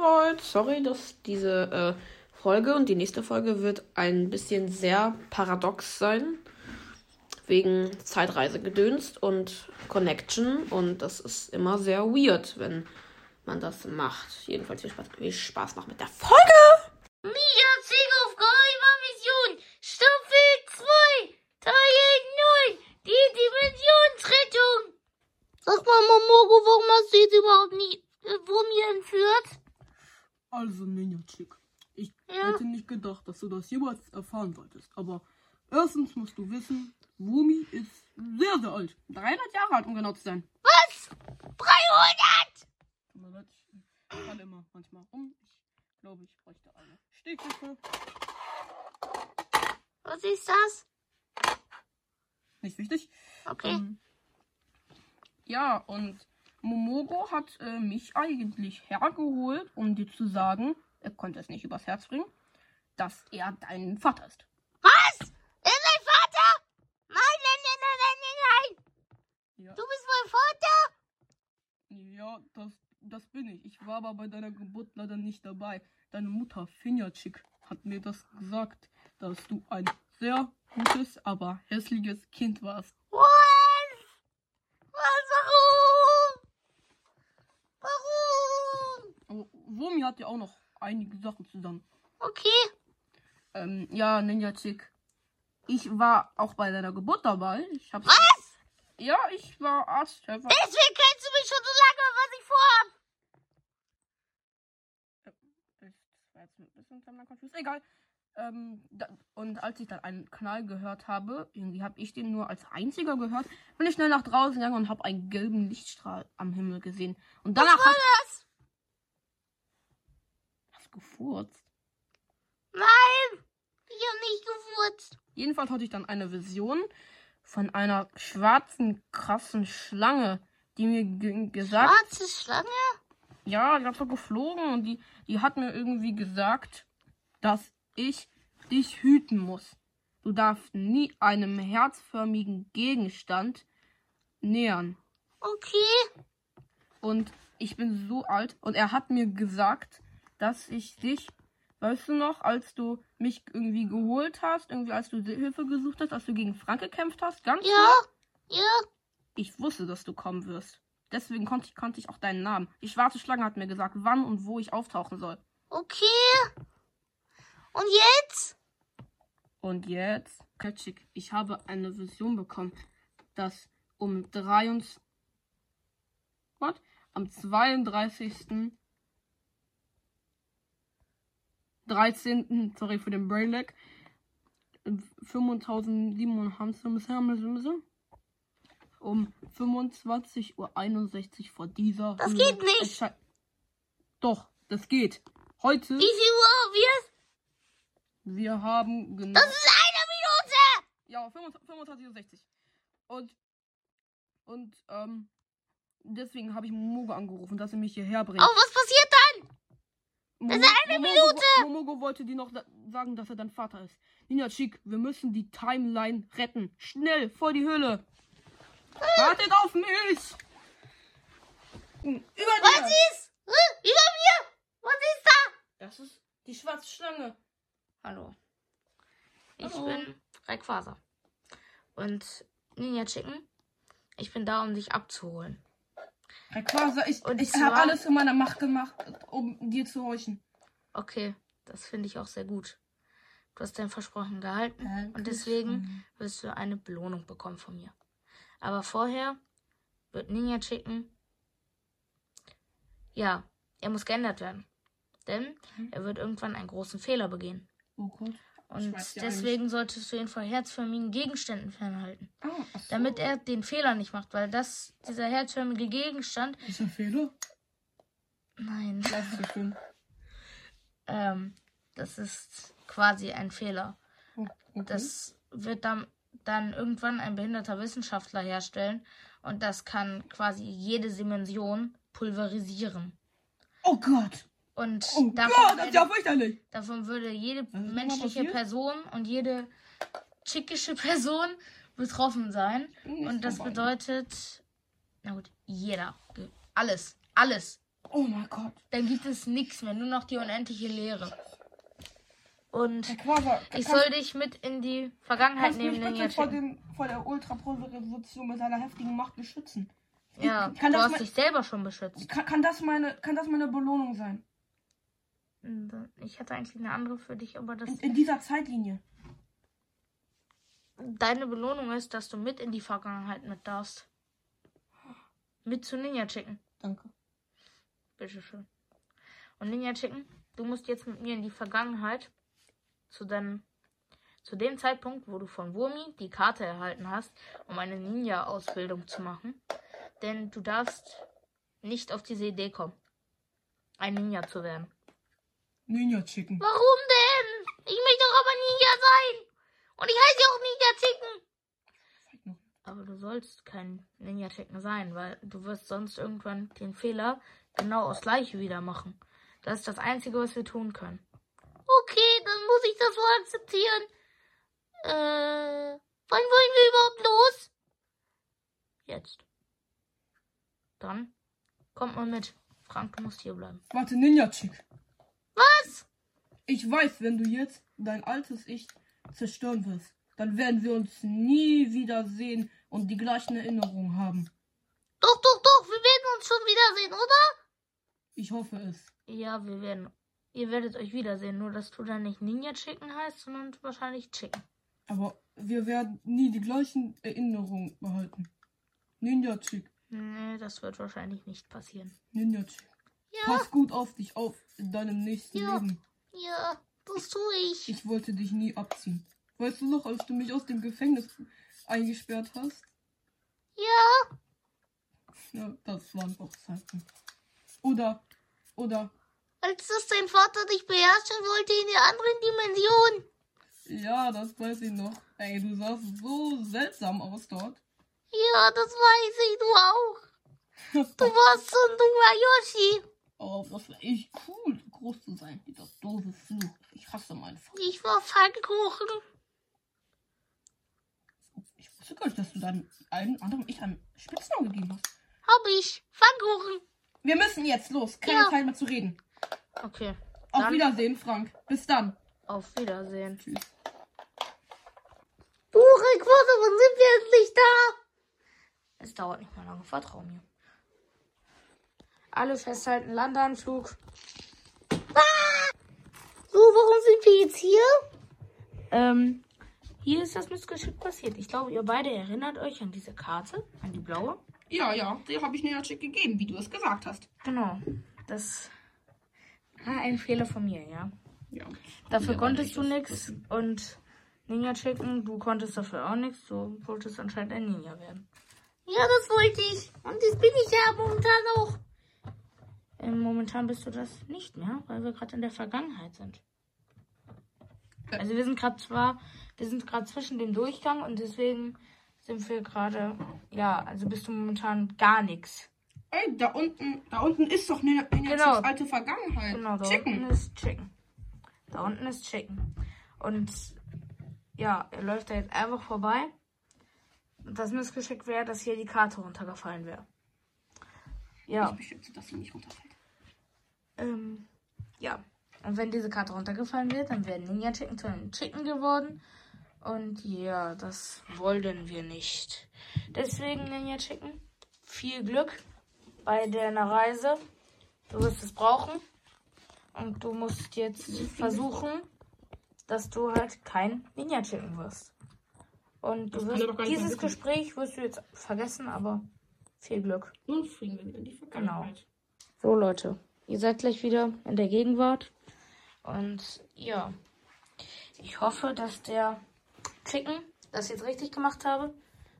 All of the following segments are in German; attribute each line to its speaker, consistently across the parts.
Speaker 1: halt, sorry, dass diese äh, Folge und die nächste Folge wird ein bisschen sehr paradox sein. Wegen Zeitreisegedöns und Connection. Und das ist immer sehr weird, wenn man das macht. Jedenfalls viel Spaß, viel Spaß noch mit der Folge.
Speaker 2: Mia auf Geheimer Mission, Staffel 2, Teil 0, die Dimensionsrettung. Sag mal, Momoro, warum hast du jetzt überhaupt nie äh, Wurmi entführt?
Speaker 3: Also, Ninja Chick, ich
Speaker 2: Ja.
Speaker 3: hätte nicht gedacht, dass du das jemals erfahren solltest. Aber erstens musst du wissen, Wumi ist sehr, sehr alt. 300 Jahre alt, um genau zu sein.
Speaker 2: 300!
Speaker 3: Tut mir leid, ich falle immer manchmal um. Ich glaube, ich bräuchte eine Stichhilfe.
Speaker 2: Was ist das?
Speaker 3: Nicht wichtig.
Speaker 2: Okay.
Speaker 3: Ähm, ja, und Momoro hat äh, mich eigentlich hergeholt, um dir zu sagen, er konnte es nicht übers Herz bringen, dass er dein Vater ist.
Speaker 2: Was? Ist mein Vater? Nein, nein, nein, nein, nein, nein, nein.
Speaker 3: Ja.
Speaker 2: Du bist mein Vater?
Speaker 3: Ja, das, das bin ich. Ich war aber bei deiner Geburt leider nicht dabei. Deine Mutter, Finjacik, hat mir das gesagt, dass du ein sehr gutes, aber hässliches Kind warst.
Speaker 2: Was? Was? Warum? Warum?
Speaker 3: Aber Oh, Wurmi hat ja auch noch einige Sachen zusammen.
Speaker 2: Okay.
Speaker 3: Ähm, ja, Ninjacik, ich war auch bei deiner Geburt dabei. Ich hab's Was? Ja, ich war Arzthelfer.
Speaker 2: Deswegen kennst du mich schon so lange, was ich vorhab.
Speaker 3: Das war jetzt ein bisschen kleiner confused. Egal. Ähm, da, und als ich dann einen Knall gehört habe, irgendwie habe ich den nur als einziger gehört, bin ich schnell nach draußen gegangen und habe einen gelben Lichtstrahl am Himmel gesehen. Und danach Was war
Speaker 2: das?
Speaker 3: Hast du gefurzt?
Speaker 2: Nein, ich hab nicht gefurzt.
Speaker 3: Jedenfalls hatte ich dann eine Vision von einer schwarzen, krassen Schlange, die mir ge gesagt
Speaker 2: Schwarze Schlange?
Speaker 3: Ja, die hat so geflogen und die, die hat mir irgendwie gesagt, dass ich dich hüten muss. Du darfst nie einem herzförmigen Gegenstand nähern.
Speaker 2: Okay.
Speaker 3: Und ich bin so alt und er hat mir gesagt, dass ich dich, weißt du noch, als du mich irgendwie geholt hast, irgendwie als du Hilfe gesucht hast, als du gegen Frank gekämpft hast, ganz
Speaker 2: Ja, ja.
Speaker 3: ich wusste, dass du kommen wirst. Deswegen konnte ich, kannte ich auch deinen Namen. Die schwarze Schlange hat mir gesagt, wann und wo ich auftauchen soll.
Speaker 2: Okay. Und jetzt?
Speaker 3: Und jetzt? Kötschig, ich habe eine Vision bekommen, dass um 23. What? Am 32. 13. Sorry für den Brainlag. 55.700 um 25.61 Uhr vor dieser.
Speaker 2: Das
Speaker 3: Höhe
Speaker 2: geht nicht.
Speaker 3: erschei- Doch, das geht. Heute,
Speaker 2: Wie viel Uhr haben wir?
Speaker 3: wir haben genau.
Speaker 2: Das ist eine Minute.
Speaker 3: Ja, 25 25 und 60. Und, und, ähm, deswegen habe ich Momogo angerufen, dass er mich hierher bringt.
Speaker 2: Oh, was passiert dann?
Speaker 3: das ist eine Minute! Momogo wollte dir noch da- sagen, dass er dein Vater ist. Nina Chick, wir müssen die Timeline retten. Schnell, vor die Höhle!
Speaker 2: Ah!
Speaker 3: Wartet auf mich! Über
Speaker 2: Was
Speaker 3: dir!
Speaker 2: ist? Hm? Über mir? Was ist da?
Speaker 3: Das ist die schwarze Schlange.
Speaker 1: Hallo. Ich
Speaker 3: Hallo.
Speaker 1: bin Rayquaza. Und Ninja Chicken, ich bin da, um dich abzuholen.
Speaker 3: Rekwasa, ich,
Speaker 1: Und
Speaker 3: ich
Speaker 1: zwar-
Speaker 3: habe alles in meiner Macht gemacht, um dir zu horchen.
Speaker 1: Okay, das finde ich auch sehr gut. Du hast dein Versprochen gehalten Äh, und
Speaker 3: äh,
Speaker 1: deswegen wirst du eine Belohnung bekommen von mir. Aber vorher wird Ninja Chicken. Ja, er muss geändert werden. Denn
Speaker 3: Mhm.
Speaker 1: er wird irgendwann einen großen Fehler begehen.
Speaker 3: Oh Gott.
Speaker 1: Und
Speaker 3: weiß ja
Speaker 1: deswegen solltest du ihn von herzförmigen Gegenständen fernhalten.
Speaker 3: Ah, ach so.
Speaker 1: Damit er den Fehler nicht macht, weil das, dieser herzförmige Gegenstand,
Speaker 3: Ist ein Fehler?
Speaker 1: nein,
Speaker 3: Das ist schön.
Speaker 1: ähm, das ist quasi ein Fehler.
Speaker 3: Oh, okay.
Speaker 1: Das wird dann, dann irgendwann ein behinderter Wissenschaftler herstellen und das kann quasi jede Dimension pulverisieren.
Speaker 3: oh Gott!
Speaker 1: Und
Speaker 3: Oh Gott,
Speaker 1: davon,
Speaker 3: das ist ja
Speaker 1: werden,
Speaker 3: fürchterlich!
Speaker 1: davon würde jede
Speaker 3: ist nochmal
Speaker 1: menschliche
Speaker 3: passiert?
Speaker 1: Person und jede tschickische Person betroffen sein.
Speaker 3: Hm,
Speaker 1: Und das bedeutet, na gut, jeder. Ge- Alles, alles,
Speaker 3: Oh mein Gott.
Speaker 1: Dann gibt es nichts mehr, nur noch die unendliche Leere.
Speaker 3: Der
Speaker 1: Und
Speaker 3: Quasar.
Speaker 1: ich soll dich mit in die Vergangenheit
Speaker 3: Äh, kannst du
Speaker 1: nehmen,
Speaker 3: mich bitte
Speaker 1: Ninja
Speaker 3: vor,
Speaker 1: Chicken.
Speaker 3: dem, vor der Ultraprose-Revolution mit seiner heftigen Macht beschützen?
Speaker 1: Ja,
Speaker 3: kann
Speaker 1: du
Speaker 3: das
Speaker 1: hast
Speaker 3: mal-
Speaker 1: dich selber schon beschützt.
Speaker 3: Kann, kann, das meine, kann das meine Belohnung sein?
Speaker 1: Mm, Ich hatte eigentlich eine andere für dich, aber das
Speaker 3: In, in dieser Zeitlinie.
Speaker 1: deine Belohnung ist, dass du mit in die Vergangenheit mit darfst. Mit zu Ninja Chicken.
Speaker 3: Danke.
Speaker 1: Bitteschön. Und Ninja Chicken, du musst jetzt mit mir in die Vergangenheit zu deinem zu dem Zeitpunkt, wo du von Wurmi die Karte erhalten hast, um eine Ninja-Ausbildung zu machen. Denn du darfst nicht auf diese Idee kommen, ein Ninja zu werden.
Speaker 3: Ninja Chicken.
Speaker 1: Warum denn? Ich möchte doch aber Ninja sein. Und ich heiße ja auch Ninja Chicken. Aber du sollst kein Ninja Chicken sein, weil du wirst sonst irgendwann den Fehler genau das gleiche wieder machen. Das ist das Einzige, was wir tun können. Okay, dann muss ich das so akzeptieren. Äh, wann wollen wir überhaupt los? Jetzt. Dann kommt mal mit. Frank, du musst hier bleiben.
Speaker 3: Warte, Ninja Chick.
Speaker 1: Was?
Speaker 3: Ich weiß, wenn du jetzt dein altes Ich zerstören wirst, dann werden wir uns nie wieder sehen und die gleichen Erinnerungen haben.
Speaker 1: Doch, doch, doch, wir werden uns schon wiedersehen, oder?
Speaker 3: Ich hoffe es.
Speaker 1: Ja, wir werden. Ihr werdet euch wiedersehen, nur dass du dann nicht Ninja Chicken heißt, sondern wahrscheinlich Chicken.
Speaker 3: Aber wir werden nie die gleichen Erinnerungen behalten. Ninja Chick,
Speaker 1: Nee, das wird wahrscheinlich nicht passieren.
Speaker 3: Ninja Chick. Pass gut auf dich auf in deinem nächsten
Speaker 1: Ja.
Speaker 3: Leben.
Speaker 1: Ja, das tue ich.
Speaker 3: Ich wollte dich nie abziehen. Weißt du noch, als du mich aus dem Gefängnis eingesperrt hast?
Speaker 1: Ja.
Speaker 3: Ja, das waren auch Zeiten. Oder, oder,
Speaker 1: Als dass dein Vater dich beherrschen wollte in der anderen Dimension.
Speaker 3: ja, das weiß ich noch. Ey, du sahst so seltsam aus dort.
Speaker 1: Ja, das weiß ich, du auch. Du warst so ein dummer Yoshi.
Speaker 3: Oh, das war echt cool, so groß zu sein. Dieser doofe Fluch. Ich hasse meinen Vater.
Speaker 1: Ich war Pfannkuchen.
Speaker 3: Ich wusste gar nicht, dass du deinem einen anderen Ich einen Spitznamen gegeben hast.
Speaker 1: Hab ich. Pfannkuchen.
Speaker 3: Wir müssen jetzt los. Keine
Speaker 1: Ja.
Speaker 3: Zeit mehr zu reden.
Speaker 1: Okay,
Speaker 3: Auf
Speaker 1: Dann-
Speaker 3: Wiedersehen, Frank. Bis dann.
Speaker 1: auf Wiedersehen.
Speaker 3: Tschüss.
Speaker 1: Buche, Quote, wann sind wir endlich da? Es dauert nicht mehr lange, vertrau mir. Alle festhalten, Landeanflug.
Speaker 2: So, warum sind wir jetzt hier?
Speaker 1: Ähm, hier ist das Missgeschick passiert. Ich glaube, ihr beide erinnert euch an diese Karte, an die blaue.
Speaker 3: Ja, ja, dir habe ich Nenacek gegeben, wie du es gesagt hast.
Speaker 1: Genau, das war ein Fehler von mir, ja.
Speaker 3: Ja.
Speaker 1: Dafür konntest du nichts und Ninja Chicken, du konntest dafür auch nichts. Du wolltest anscheinend ein Ninja werden.
Speaker 2: Ja, das wollte ich. Und das bin ich ja momentan auch.
Speaker 1: Ähm, momentan bist du das nicht mehr, weil wir gerade in der Vergangenheit sind. Also wir sind gerade zwar, wir sind gerade zwischen dem Durchgang und deswegen sind wir gerade, ja, also bist du momentan gar nichts.
Speaker 3: Ey, da unten, da unten ist doch Nenaceks
Speaker 1: Genau.
Speaker 3: alte Vergangenheit.
Speaker 1: Genau, da
Speaker 3: Chicken.
Speaker 1: unten ist Chicken. Da unten ist Chicken. Und ja, er läuft da jetzt einfach vorbei. Und das Missgeschick wäre, dass hier die Karte runtergefallen wäre. Ja.
Speaker 3: Ich beschütze, dass sie nicht runterfällt.
Speaker 1: Ähm, ja. Und wenn diese Karte runtergefallen wird, dann werden Ninja Chicken zu einem Chicken geworden. Und ja, das wollen wir nicht. Deswegen, Ninja Chicken, viel Glück bei deiner Reise. Du wirst es brauchen. Und du musst jetzt versuchen, dass du halt kein Ninja Chicken wirst. Und du
Speaker 3: kann er doch gar nicht
Speaker 1: wirst,
Speaker 3: mehr
Speaker 1: dieses
Speaker 3: wissen.
Speaker 1: Gespräch wirst du jetzt vergessen, aber viel Glück.
Speaker 3: Nun fliegen wir wieder in die
Speaker 1: Genau.
Speaker 3: Vergangenheit.
Speaker 1: So Leute, ihr seid gleich wieder in der Gegenwart. Und ja, ich hoffe, dass der Chicken das jetzt richtig gemacht habe,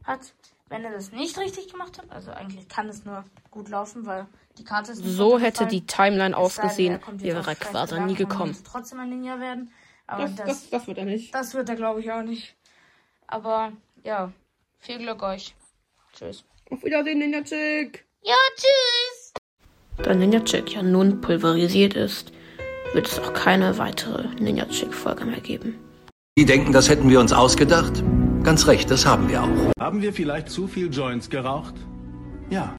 Speaker 1: hat. Wenn er das nicht richtig gemacht hat, also eigentlich kann es nur gut laufen, weil die Karte ist nicht
Speaker 4: So hätte
Speaker 1: runtergefallen.
Speaker 4: die Timeline
Speaker 1: Es sei denn, er
Speaker 4: ausgesehen,
Speaker 1: kommt jetzt auf
Speaker 4: wäre
Speaker 1: schlechte
Speaker 4: Quasar nie
Speaker 1: Gedanken und
Speaker 4: gekommen.
Speaker 1: muss trotzdem ein Ninja werden. Aber
Speaker 3: Das, das, das wird er nicht.
Speaker 1: das wird er, glaube ich, auch nicht. Aber ja, viel Glück euch. Tschüss.
Speaker 3: Auf Wiedersehen, Nenacek.
Speaker 1: Ja, tschüss.
Speaker 4: Da Ninja Chick ja nun pulverisiert ist, wird es auch keine weitere Ninja Chick-Folge mehr geben.
Speaker 5: Die denken, das hätten wir uns ausgedacht. Ganz recht, das haben wir auch.
Speaker 6: Haben wir vielleicht zu viel Joints geraucht? Ja.